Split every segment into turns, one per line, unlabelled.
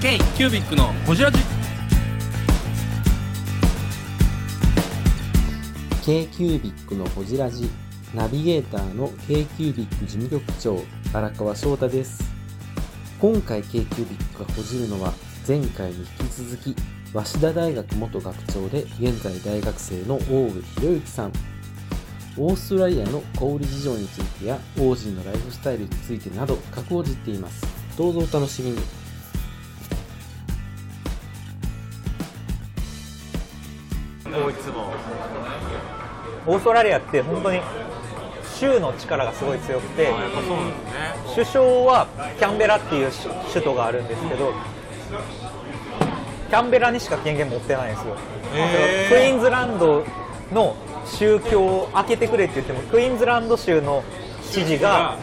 K キュービックのホジラジ
k q u b i c のほじラジナビゲーターの k q u b i c 事務局長荒川翔太です今回 k q u b i c がほじるのは前回に引き続き早稲田大学元学長で現在大学生の大上博之さんオーストラリアの小売事情についてやオージーのライフスタイルについてなど深くをじっていますどうぞお楽しみに
オーストラリアって本当に州の力がすごい強くて、首相はキャンベラっていう首首都があるんですけど、キャンベラにしか権限持ってないんですよ、だからクイーンズランドの宗教を開けてくれって言っても、クイーンズランド州の知事が、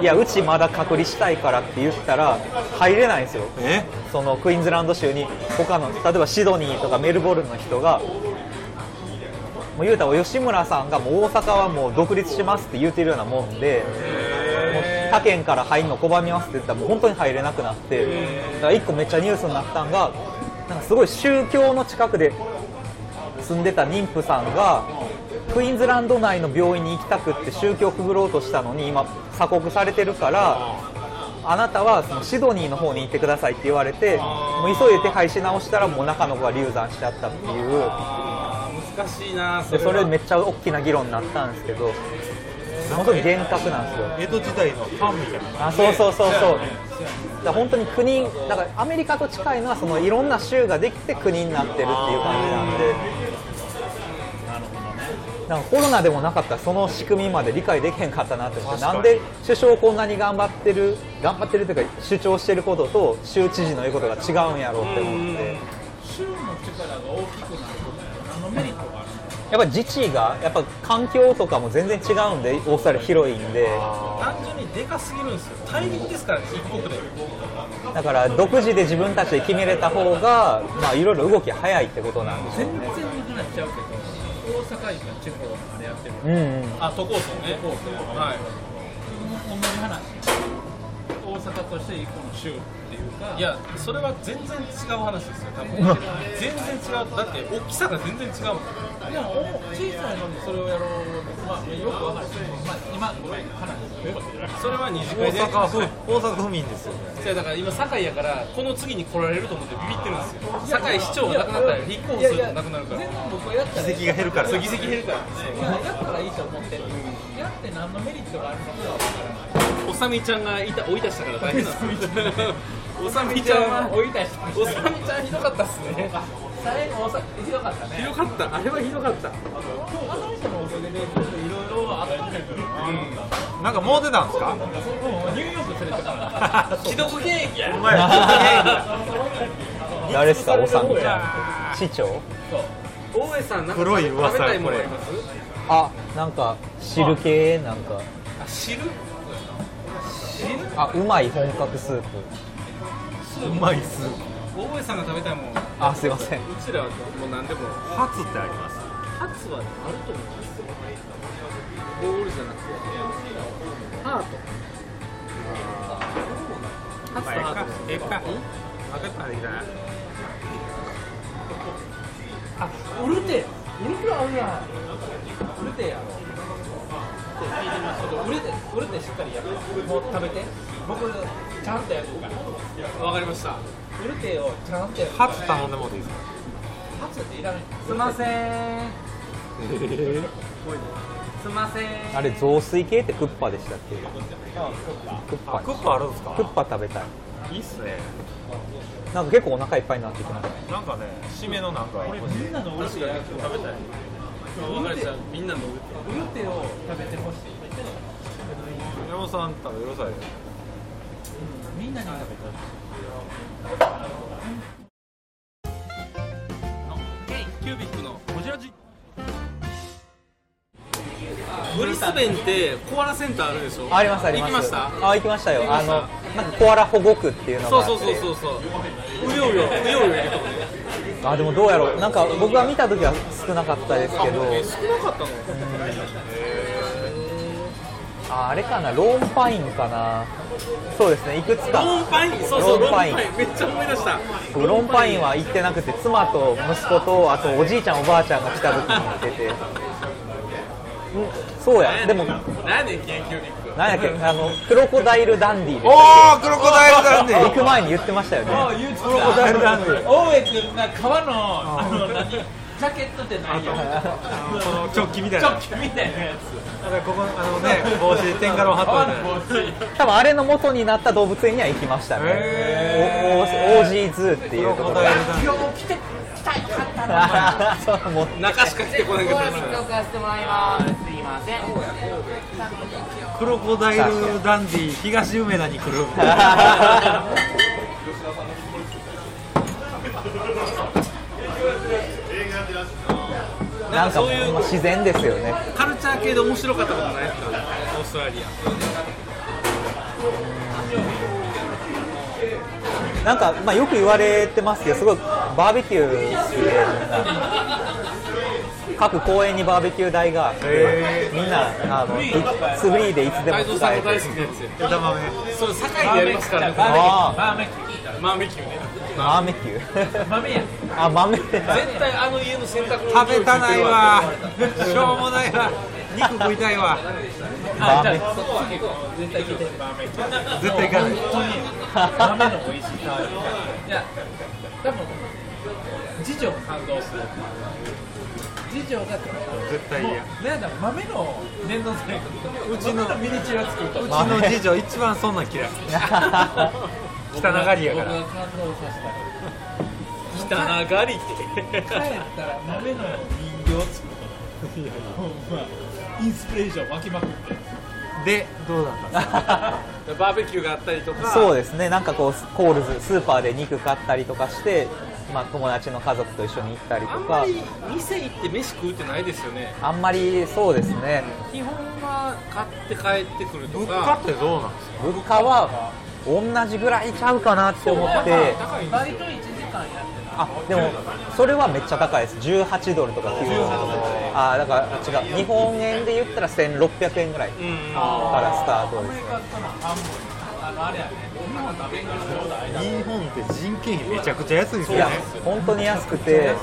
いや、うちまだ隔離したいからって言ったら、入れないんですよ。そのクイーンズランド州に他の例えばシドニーとかメルボルンの人がもう言うたら吉村さんがもう大阪はもう独立しますって言うてるようなもんでもう他県から入るの拒みますって言ったらもう本当に入れなくなってだから一個めっちゃニュースになったんがなんかすごい宗教の近くで住んでた妊婦さんがクイーンズランド内の病院に行きたくって宗教をくぐろうとしたのに今鎖国されてるからあなたはそのシドニーの方に行ってくださいって言われてもう急いで手配し直したらもう中の子が流産しちゃったっていう。
難しいなそ
で
れ
そ
は
れめっちゃ大きな議論になったんですけど本当に厳格なんですよ
江戸時代のパンみたいな
あそうそうそうそうだから本当に国だからアメリカと近いのはそのいろんな州ができて国になってるっていう感じなんでなんかコロナでもなかったらその仕組みまで理解できへんかったなって思ってなんで首相こんなに頑張ってる頑張ってるというか主張してることと州知事の言うことが違うんやろうって思って。
州の力が大きくなることに何のメリットがあるの
やっぱ自治がやっぱ環境とかも全然違うんでオーストラリア広いんで
単純にでかすぎるんですよ大陸ですからね一国で
だから独自で自分たちで決めれた方がまあいろいろ動き早いってことなんですよ
全然話しちゃうけど大阪今地方のあれやってる
うんうん
あ都構想ね都構想はい同じ話大阪として一個の州っていうかいやそれは全然違う話ですよ多分全然違うだって大きさが全然違うもんでも小さいのにそれをやろうまあよくわかるまあ今ごめん話それは二次会で
大阪府民ですよね
いやだから今堺やからこの次に来られると思ってビビってるんですよ堺市長がなくなったら立候補するのなくなるから
全部僕はやったらいい
席が減るから
議席減るから
やったらいいと思ってやって何のメリットがあるのか
おさみちゃんがいた追い出したから大変なんですよおさみちゃんは追い出したおさみちゃんひどかったっすね
最後大阪ひどかったね
ひどかったあれはひどかった
あの人のおかげでちょっといろいろあったんだけど
なんかもう出たんですか
ニューヨーク連れてたから
既読権益や
お前
誰ですかおさみちゃん市長
大江さんなんか
黒い噂
食べたいものあります
あなんか汁系なんか
あ汁
あうまい本格スープ
うまいっす
大江さんが食べたいものう
あすいません
ちらはもう何でも
ハツってあります
ハツはあると思うんですよボールじゃなくてハートハツとハート
ええか分かったらいいかな
あウルテウルテあるやんウルテやろちょっとウルテウルテしっかりやるもう食べて僕ちゃんとやるから
わかりました
ウルテをちゃんとやる
ハツ頼んでもらっていいですか
ハツっていらない
すいませんすいません
あれ雑炊系ってクッパでしたっけクッパ
クッパあるんですか
クッパ食べたい
いいっすね
なんか結構お腹いっぱいになってきまし
なんかね締めのなんか
みんなのウルテやる
食べたいわかりましたみんなの
ウルテを食べてほしい
山本さん食べてくださいよ
みんなに食べて
K キュービックのホジラジ
ブリスベンってコアラセンターあるでしょ
たありますあります
行きました
あ行きましたよ
行きま
あ
し
の
た
なんかコアラ保護区っていうのが
そ
あ
う
って
そうそうそうそううようようようよいるとこ
あでもどうやろうなんか僕が見た時は少なかったですけど
え少なかったの
ああれかなローンパインかなそうですねいくつ
ロ
か
ーンパインそうそう
ロ
ロー
ー
ンパ
ンパイ
イ
ン
ンめっちゃ思い出した
僕ローンパインは行ってなくて妻と息子とあとおじいちゃんおばあちゃんが来た時に行っててんそうやでも
何で研究に
なんやっけあのクロコダイルダンディーで
おおクロコダイルダンデ
行く前に言ってましたよね
言うつ
クロコダイルダンディ
大江君が革のあの何ジャケットでないよ
あのこのチョッキみたい
チ
な
ョッキみたいなやつ
だからここあのね帽子天下論ハットみたいな
多分あれの元になった動物園には行きましたね
へ
おお
ー
オージーズーっていうところ
クロコダイルダンディ
今日も来てきたいかったな
あーそうもう
中しか来てこないけど
させてもらいます。すいません。
クロコダイルダンディ東梅田に来 る
なんかもう自然ですよね
カルチャー系で面白かったことないですかオーストラリ
なんか、まあ、よく言われてますけどすごいバーベキュー好きでみんな各公園にバーベキュー台があってみんなあのいつフリーでいつで
ア泰
も
造
使
さん
え
も大好き
て
なやつよ
枝豆
それ堺でやりますからね
あー
バーベキ
マーベキューね
バーベキュー
ュー豆や
あ豆
絶対あの家の洗濯
食べたないわ しょうもないわ肉食いたいわ
バーベキュー
そこは結構絶対聞いてる
絶対行かない
本当に豆の美味しさいや多分次女も感動する次女が
絶対
もう
嫌
な
う
んだろう豆の粘土細工うちのミニチュア作ると
ち
う
の次女一番そんなん嫌い汚がりや
僕が感
から
動させ
汚がりって
た帰ったら豆の人形作るほんまインスピレーション湧きまくって
でどうだったんですか
バーベキューがあったりとか
そうですねなんかこうコールズスーパーで肉買ったりとかして、まあ、友達の家族と一緒に行ったりと
あん
か
まり店行って飯食うってないですよね
あんまりそうですね
基本は買って帰ってくると
物価
か
ってどうなんですか
物価は同じぐらいちゃうかなって思って
バイト1時間やって
あでもそれはめっちゃ高いです18ドルとか9ドルとかあだから違う日本円で言ったら1600円ぐらいからスタートですね
あのあれやね日本食べんからそうだ
日本って人件費めちゃくちゃ安いです
い
よ
や
ね
本当に安くて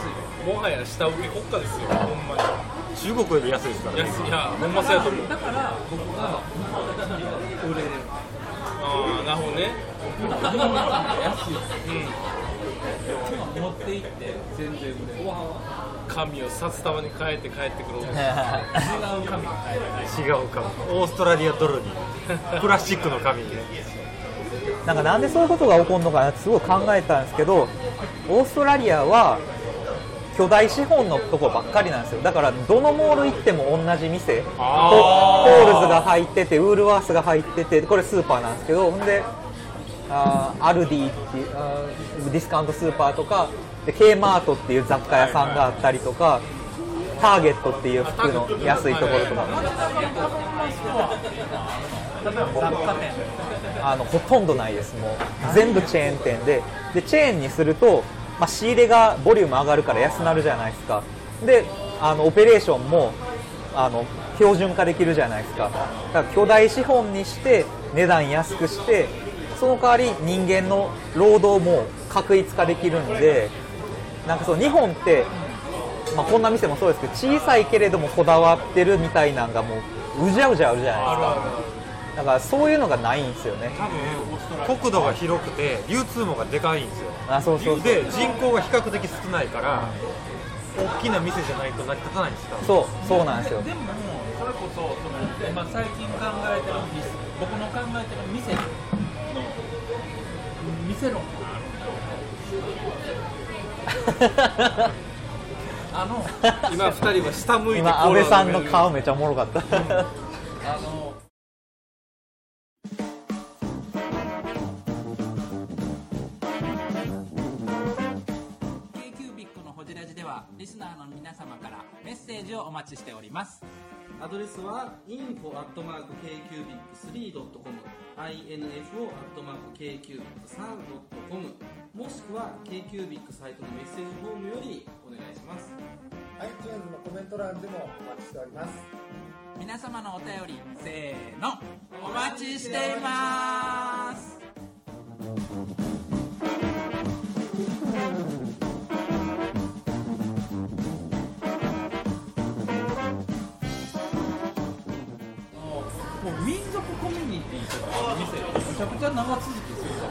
もはや下請け国家ですよほんまに
中国より安いですからね
安いやほんまそうやと思う
だから僕が日本だけ売れる
ああなるほどね
日本の方が安いよ、うん、持って行って全然売れる
神を札束に変えて帰ってくる
違う紙が入る
違うかもオーストラリアドルにプラスチックの紙にね
なんかなんでそういうことが起こるのかなってすごい考えたんですけどオーストラリアは巨大資本のとこばっかりなんですよだからどのモール行っても同じ店コ
あ
コールズが入っててウールワースが入っててこれスーパーなんですけどほんであーアルディっていうあーディスカウントスーパーとかで K マートっていう雑貨屋さんがあったりとかターゲットっていう服の安いところとかあのほとんどないですもう全部チェーン店ででチェーンにすると、まあ、仕入れがボリューム上がるから安なるじゃないですかであのオペレーションもあの標準化できるじゃないですかだから巨大資本にして値段安くしてその代わり人間の労働も確一化できるんでなんかそう日本って、まあ、こんな店もそうですけど小さいけれどもこだわってるみたいなんがもううじゃうじゃあるじゃないですかだからそういうのがないんですよね
多分国土が広くて流通網がでかいんですよ
あそうそうそう
で人口が比較的少ないから大きな店じゃないと成り立たないんですよ
そうそうなんですよ
でももうそれこそその、まあ、最近考えてるビス僕の考えてる店の店論あの
今2人は下向いて
今安倍さんの顔めっちゃおもろかった
あの
ます。k キュービックのホジラジでは、リスナーの皆様からメッセージをお待ちしております。
アドレスは info.kcubic3.com info.kcubic3.com もしくは KQBIC サイトのメッセージフォームよりお願いします
iTunes のコメント欄でもお待ちしております
皆様のお便りせーのお待ちしていますもう民族コミュニティとか店めちゃくちゃ長続きするから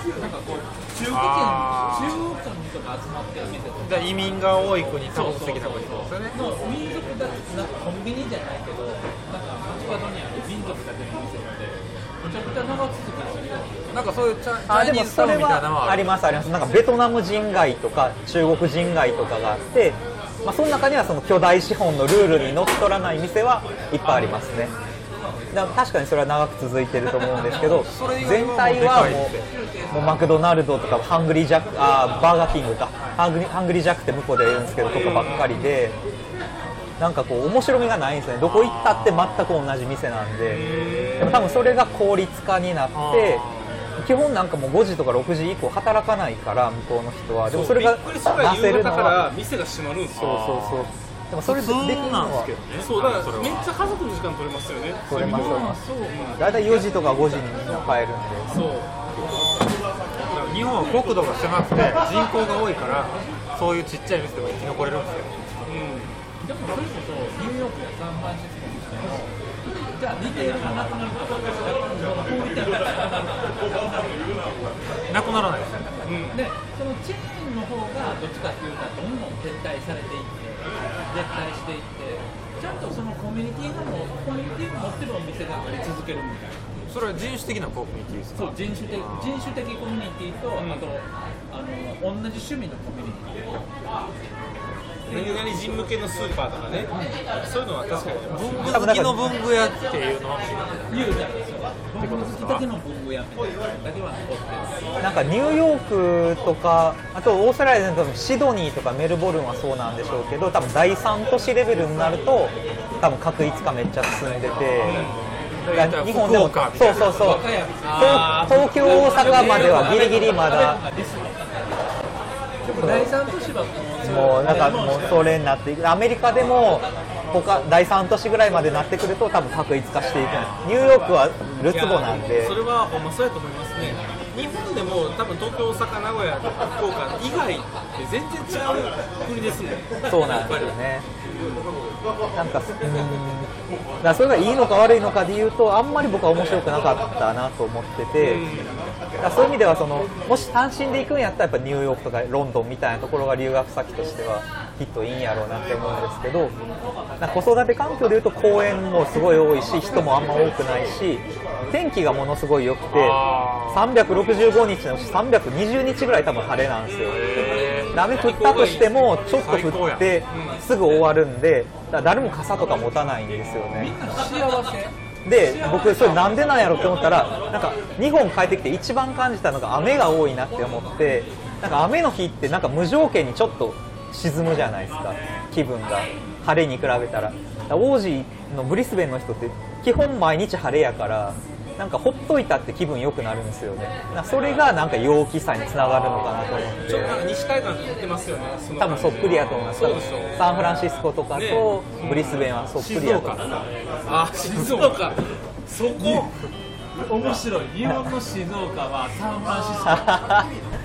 なんかこう中国圏中国圏の人が集まって店とか
じゃあ移民が多い国、多
そうそう
国
そう
籍な国とかですよね。
の民族だってなんかコンビニじゃないけどなんか街角にある民族だけの店ってめちゃくちゃ長続きするよ
なんかそういうチャチ
あ
ャ
で
イニ
も
ーズ
そ
タウン
れ
みたいなの
は
は
あ
ある
りますありますなんかベトナム人街とか中国人街とかがあって、まあ、その中にはその巨大資本のルールにのっとらない店はいっぱいありますねだから確かにそれは長く続いてると思うんですけど全体はもうもうマクドナルドとかハングリージャックあーバーガーキングかハングリーハングリージャックって向こうで言うんですけどとかばっかりでなんかこう面白みがないんですねどこ行ったって全く同じ店なんででも多分それが効率化になって基本なんかもう5時とか6時以降働かないから向こうの人はでもそれが
びっくりするぐらい
出せ
夕
るの
方から
は
店が閉まるんです
そう
よ
そうそうでもそれできるのは
そうだからめっちゃ家族の時間取れますよね
取れます取れます
そう
大体4時とか5時にみんな帰るんで
そう
日本は国土が狭くて人口が多いからそういうちっちゃい店でも生き残れるんですよ
でもそれこそニューヨークやサンフランシスコにしてもじゃあ見てやらなくなるかとかこう見てやらなくなる
なくならないですよね
でそのチェーンの方がどっちかっていうとどんどん撤退されていって撤退していってちゃんとそのコミュニティがもコミュニティが持ってるお店があり続けるみたいな
それは人種的なコミュニティです
そう人種的人種的コミュニティと、あとあの同じ趣味のコミュニティ
何々人向けのスーパーとかね、そういうのは確かに
文具好きの文具屋っていうのは
言うじゃないですか僕の好きだけの文具屋みたいなのだ
なんか
けは残ってる
ニューヨークとかあとオーストラリアで多分シドニーとかメルボルンはそうなんでしょうけど多分第3都市レベルになると多分確率化めっちゃ進んでて、だから日本でも
福岡みた
そ
いう
そうそう東東京大阪まではギリギリまだ
第三都市はこう
もうなんかもうそれになっていくアメリカでも他第3都市ぐらいまでなってくると多分確率化していくニューヨークはルツボなんで
それはほんまそうやと思いますね日本でも多分東京大阪名古屋とか福岡以外って全然違う国ですね
そうなんですよね。なんか、うーん、だからそれがいいのか悪いのかで言うと、あんまり僕は面白くなかったなと思ってて、だからそういう意味ではその、もし単身で行くんやったら、やっぱニューヨークとかロンドンみたいなところが留学先としては、きっといいんやろうなって思うんですけど、なんか子育て環境でいうと、公園もすごい多いし、人もあんま多くないし、天気がものすごい良くて、365日のうち320日ぐらい多分晴れなんですよ。雨降ったとしてもちょっと降ってすぐ終わるんでだから誰も傘とか持たないんですよね
幸せ
で僕それなんでなんやろって思ったらなんか日本帰ってきて一番感じたのが雨が多いなって思ってなんか雨の日ってなんか無条件にちょっと沈むじゃないですか気分が晴れに比べたらだから王子のブリスベンの人って基本毎日晴れやからなんかほっといたって気分良くなるんですよねなんかそれがなんか陽気さにつながるのかなと思って
ちょっとなんか西海岸に行ってますよねその
多分そっくりやと思います
そうでしょ
サンフランシスコとかとブリスベンはそっくりやと思います
あ静岡そこ
面白い日本の静岡はサンフランシスコ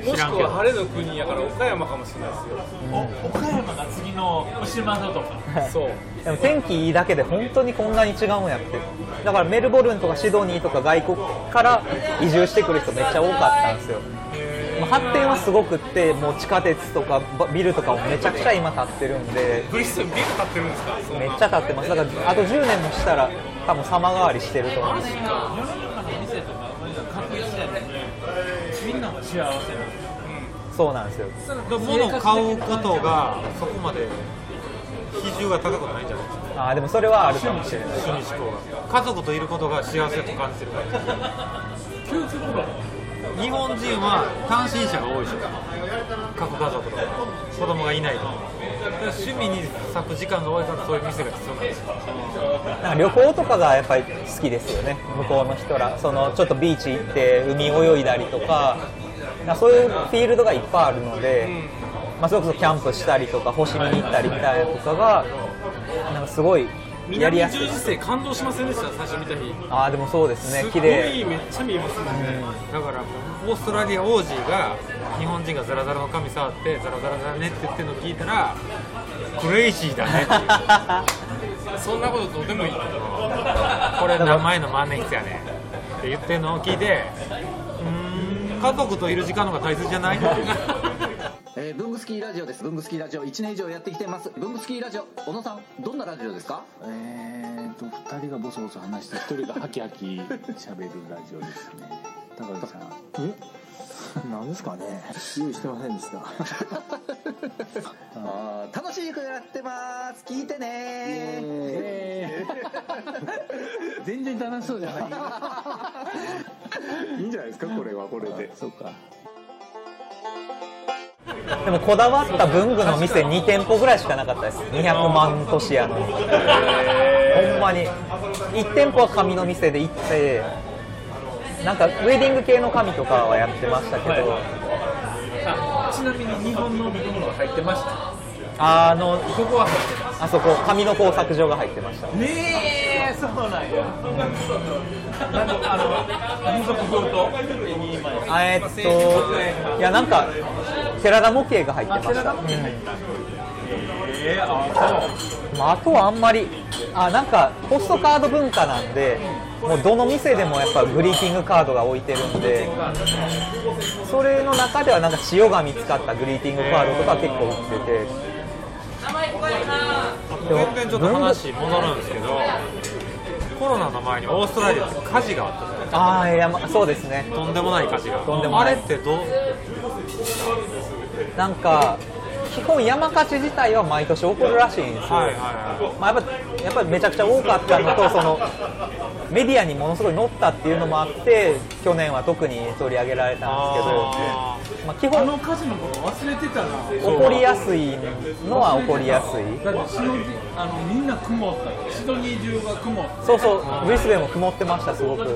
もしくは晴れの国やから岡山かもしれない
お岡山が次の島のとか
ですよそう
でも天気いいだけで本当にこんなに違うんやってだからメルボルンとかシドニーとか外国から移住してくる人めっちゃ多かったんですよまあ発展はすごくってもう地下鉄とかばビルとかもめちゃくちゃ今建ってるんで
ブリスベンビル立ってるんですかそんな
めっちゃ建ってますだからあと10年もしたら多分様変わりしてると思うんです
世の中の店とか確率だよねみんなが幸せな
そうなんですよ
物を買うことがそこまで比重が高くないんじゃないです
あ
か
ーでもそれはあるかもしれない
趣味思考が家族といることが幸せと感じてるから
究極論
日本人は単身者が多いでしょ各家族とか子供がいないとかだから趣味に割く時間が多いからそういう店が必要なんですよ
なんか旅行とかがやっぱり好きですよね向こうの人らそのちょっとビーチ行って海泳いだりとかなんかそういうフィールドがいっぱいあるので、まあ、それこそキャンプしたりとか星見に行ったりみたいなとかがなんかすごいや
南
りやすい
十字星感動しませんでした最初見た日
ああでもそうですね
す
綺
ご
麗
いめっちゃ見えますもんね
だからオーストラリア王子が日本人がザラザラの髪触ってザラザラだねって言ってるの聞いたらクレイジーだねっていう そんなことどうでもいいこれ名前の万年筆やねって言ってるのを聞いてうーん家族といる時間の方が大切じゃないっていう
えー、ブングスキーラジオです。ブングスキーラジオ1年以上やってきてます。ブングスキーラジオ、小野さん、どんなラジオですかえーと、2人がボソボソ話して、1人がハキハキ喋るラジオですね。高木さん。え何ですかね用意してません でした。あー楽しい曲やってます。聞いてね全然楽しそうじゃない。いいんじゃないですか、これはこれで。そうか。
でもこだわった文具の店2店舗ぐらいしかなかったです200万都市やのにほんまに1店舗は紙の店で行ってなんかウェディング系の紙とかはやってましたけど、
あちなみに日本の見物は入ってました
あのここはあそこ紙の工作所が入ってました
ねえそうなんやなんかあの民族風と
あえっといやなんか寺田模型が入ってました、うんまあ、あとはあんまりあなんかポストカード文化なんでもうどの店でもやっぱグリーティングカードが置いてるんでそれの中ではなんか塩紙使ったグリーティングカードとか結構売ってて
全然ちょっと話戻るんですけどコロナの前にオーストラリアって火事があったじゃないですか
ああいやまそうですね
とんでもない火事が
とんでもない
あれってどう
なんか基本山火事自体は毎年起こるらしいんですよ、
はいはいは
まあ、やっぱやっぱりめちゃくちゃ多かったのとそのメディアにものすごい載ったっていうのもあって去年は特に取り上げられたんですけどまあ、基
あ
本
の火事のこと忘れてたな
起こりやすいのは起こりやすい
だってシドニーあのみんな曇ったよシドニー中が曇った
そうそうブリスベンも曇ってましたすごく
い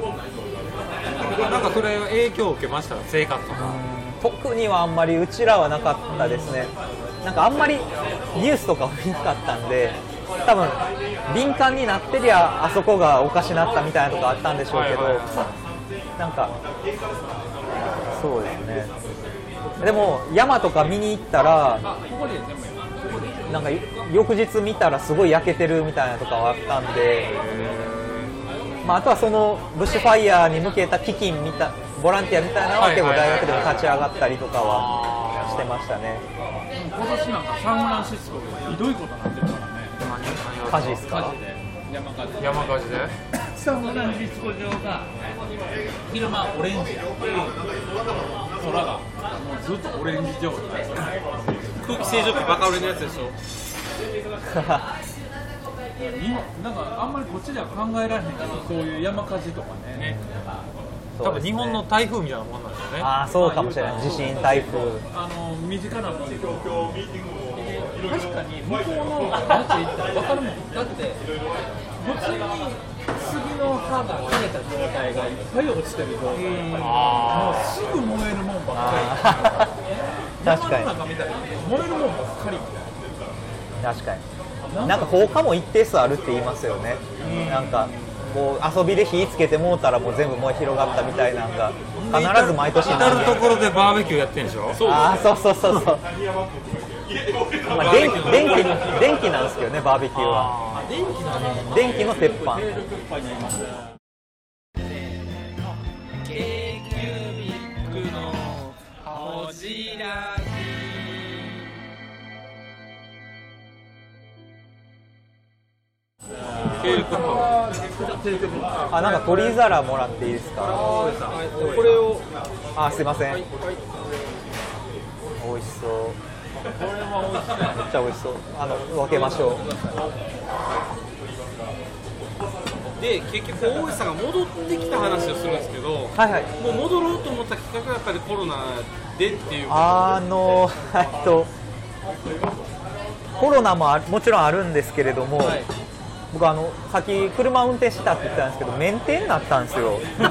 なんかそれ影響を受けました生活とか
特にはあんまりうちらはなかったですねなんかあんまりニュースとか見なかったんで多分敏感になってりゃあそこがおかしなったみたいなとこあったんでしょうけど、
はいはい
なんかそうですねでも山とか見に行ったらなんか翌日見たらすごい焼けてるみたいなとかはあったんで、まあ、あとはそのブッシュファイヤーに向けた基金みたボランティアみたいなのは結構大学でも立ち上がったりとかはしてましたね
今年なんかサンフランシスコがひどいことになってるからね
火事ですか
山火事
山火事で
サンフランシスコ上が昼間オレンジや空がもうずっとオレンジ状態
空気清浄機バカ売れのやつでしょ
日本なんかあんまりこっちでは考えられへんけどそういう山火事とかね
多分日本の台風みたいなもんなんですよね
ああそうかもしれない地震台風
あの身近なもので確かに向こうの街行ったら分かるもんだって普通に杉の葉が切れた状態がいっぱい落ちてる状態もうすぐ燃えるもんばっか
あー
り
確か
山の
に
中見たら燃えるもんばっかりみたい
確かになんか放火も一定数あるって言いますよねなんかこう遊びで火つけてもうたらもう全部燃え広がったみたいなんが必ず毎年
至る所でバーベキューやってんでしょ
ああそうそうそうそう、まあ、電気電気電気なんですけどねバーベキューは電気の鉄板あなんか鳥皿もらっていいですか
これを
あすいません美味しそうめっちゃ美味しそうあの分けましょ
で結局大石さんが戻ってきた話をするんですけど
うはいはい
もう戻ろうと思ったきっかけはやっぱりコロナでっていう
あの えっとコロナもあもちろんあるんですけれども、
はい
僕あのさっき車運転してたって言ってたんですけど免停になったんですよ
これ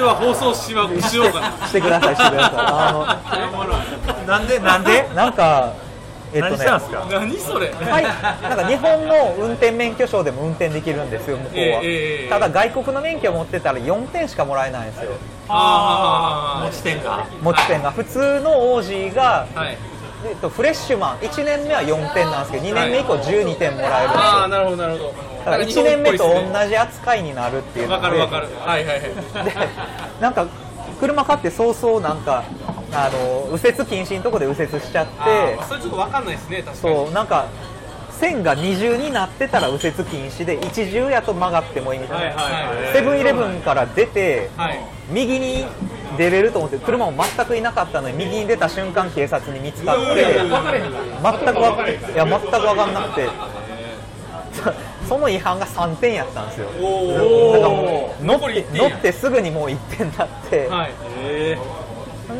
は放送しはしようかな
してくださいしてくださいあのなんでなんでなんかえっと
何したんですか
何それ
はい、なんか日本の運転免許証でも運転できるんですよ、向こうは、
ええええ
ただ外国の免許を持ってたら4点しかもらえないんですよ、
あ
持ち点が
持ち点が、普通の OG が、
あはい
えっと、フレッシュマン、1年目は4点なんですけど、2年目以降12点もらえるんですよ
ああ、なるほどなるほど
だから1年目と同じ扱いになるっていうの
わ
で
かるわかるはいはいはい
でなんか車買って早々なんかあの右折禁止のとこで右折しちゃっ
あ
て
ーそれちょっとわかんないですね確かに
そうなんか線が二重になってたら右折禁止で一重やと曲がってもいいみたいな、
はい
セブンイレブンから出て
はい
右に出れると思って車も全くいなかったのに右に出た瞬間警察に見つかって全くわいや全く分かんなくて そその違反が3点やったんですよ
お
なんか
お
もう乗って乗ってすぐにもう1点だって、
はいえー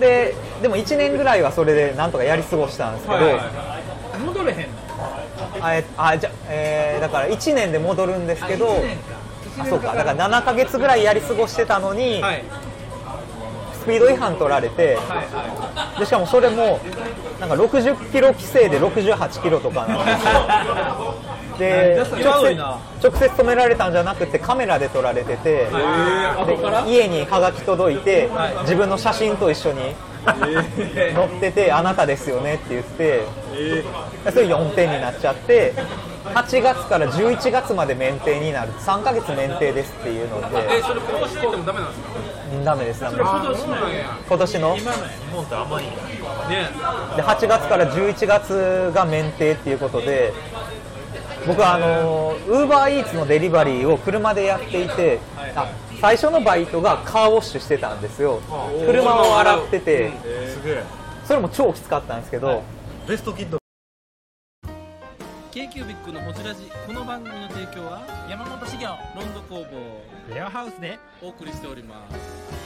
ででも1年ぐらいはそれでなんとかやり過ごしたんですけど、
はいはい
戻れへんの
あえあじゃ、えーだから1年で戻るんですけど
1年か
あそうかだから7ヶ月ぐらいやり過ごしてたのに、
はい
スピード違反取られて、
はいは
でしかもそれもなんか60キロ規制で68キロと かなんですよで直接直接止められたんじゃなくてカメラで撮られてて、で家にハガキ届いて、自分の写真と一緒に載ってて、あなたですよねって言って、でそれ4点になっちゃって8月から11月まで免停になる3ヶ月免停ですっていうの
え
で
それ今年でもダメなんですか
ダメですダメです
今年なんや
今年の
日本って甘いんだ
ね
で8月から11月が免停っていうことで僕はあのウーバーイーツのデリバリーを車でやっていてあ最初のバイトがカーウォッシュしてたんですよ車を洗ってて
すげえ
それも超きつかったんですけど
k q b i c のホジラジこの番組の提供は山本資源ロンド工房
レアハウスで
お送りしております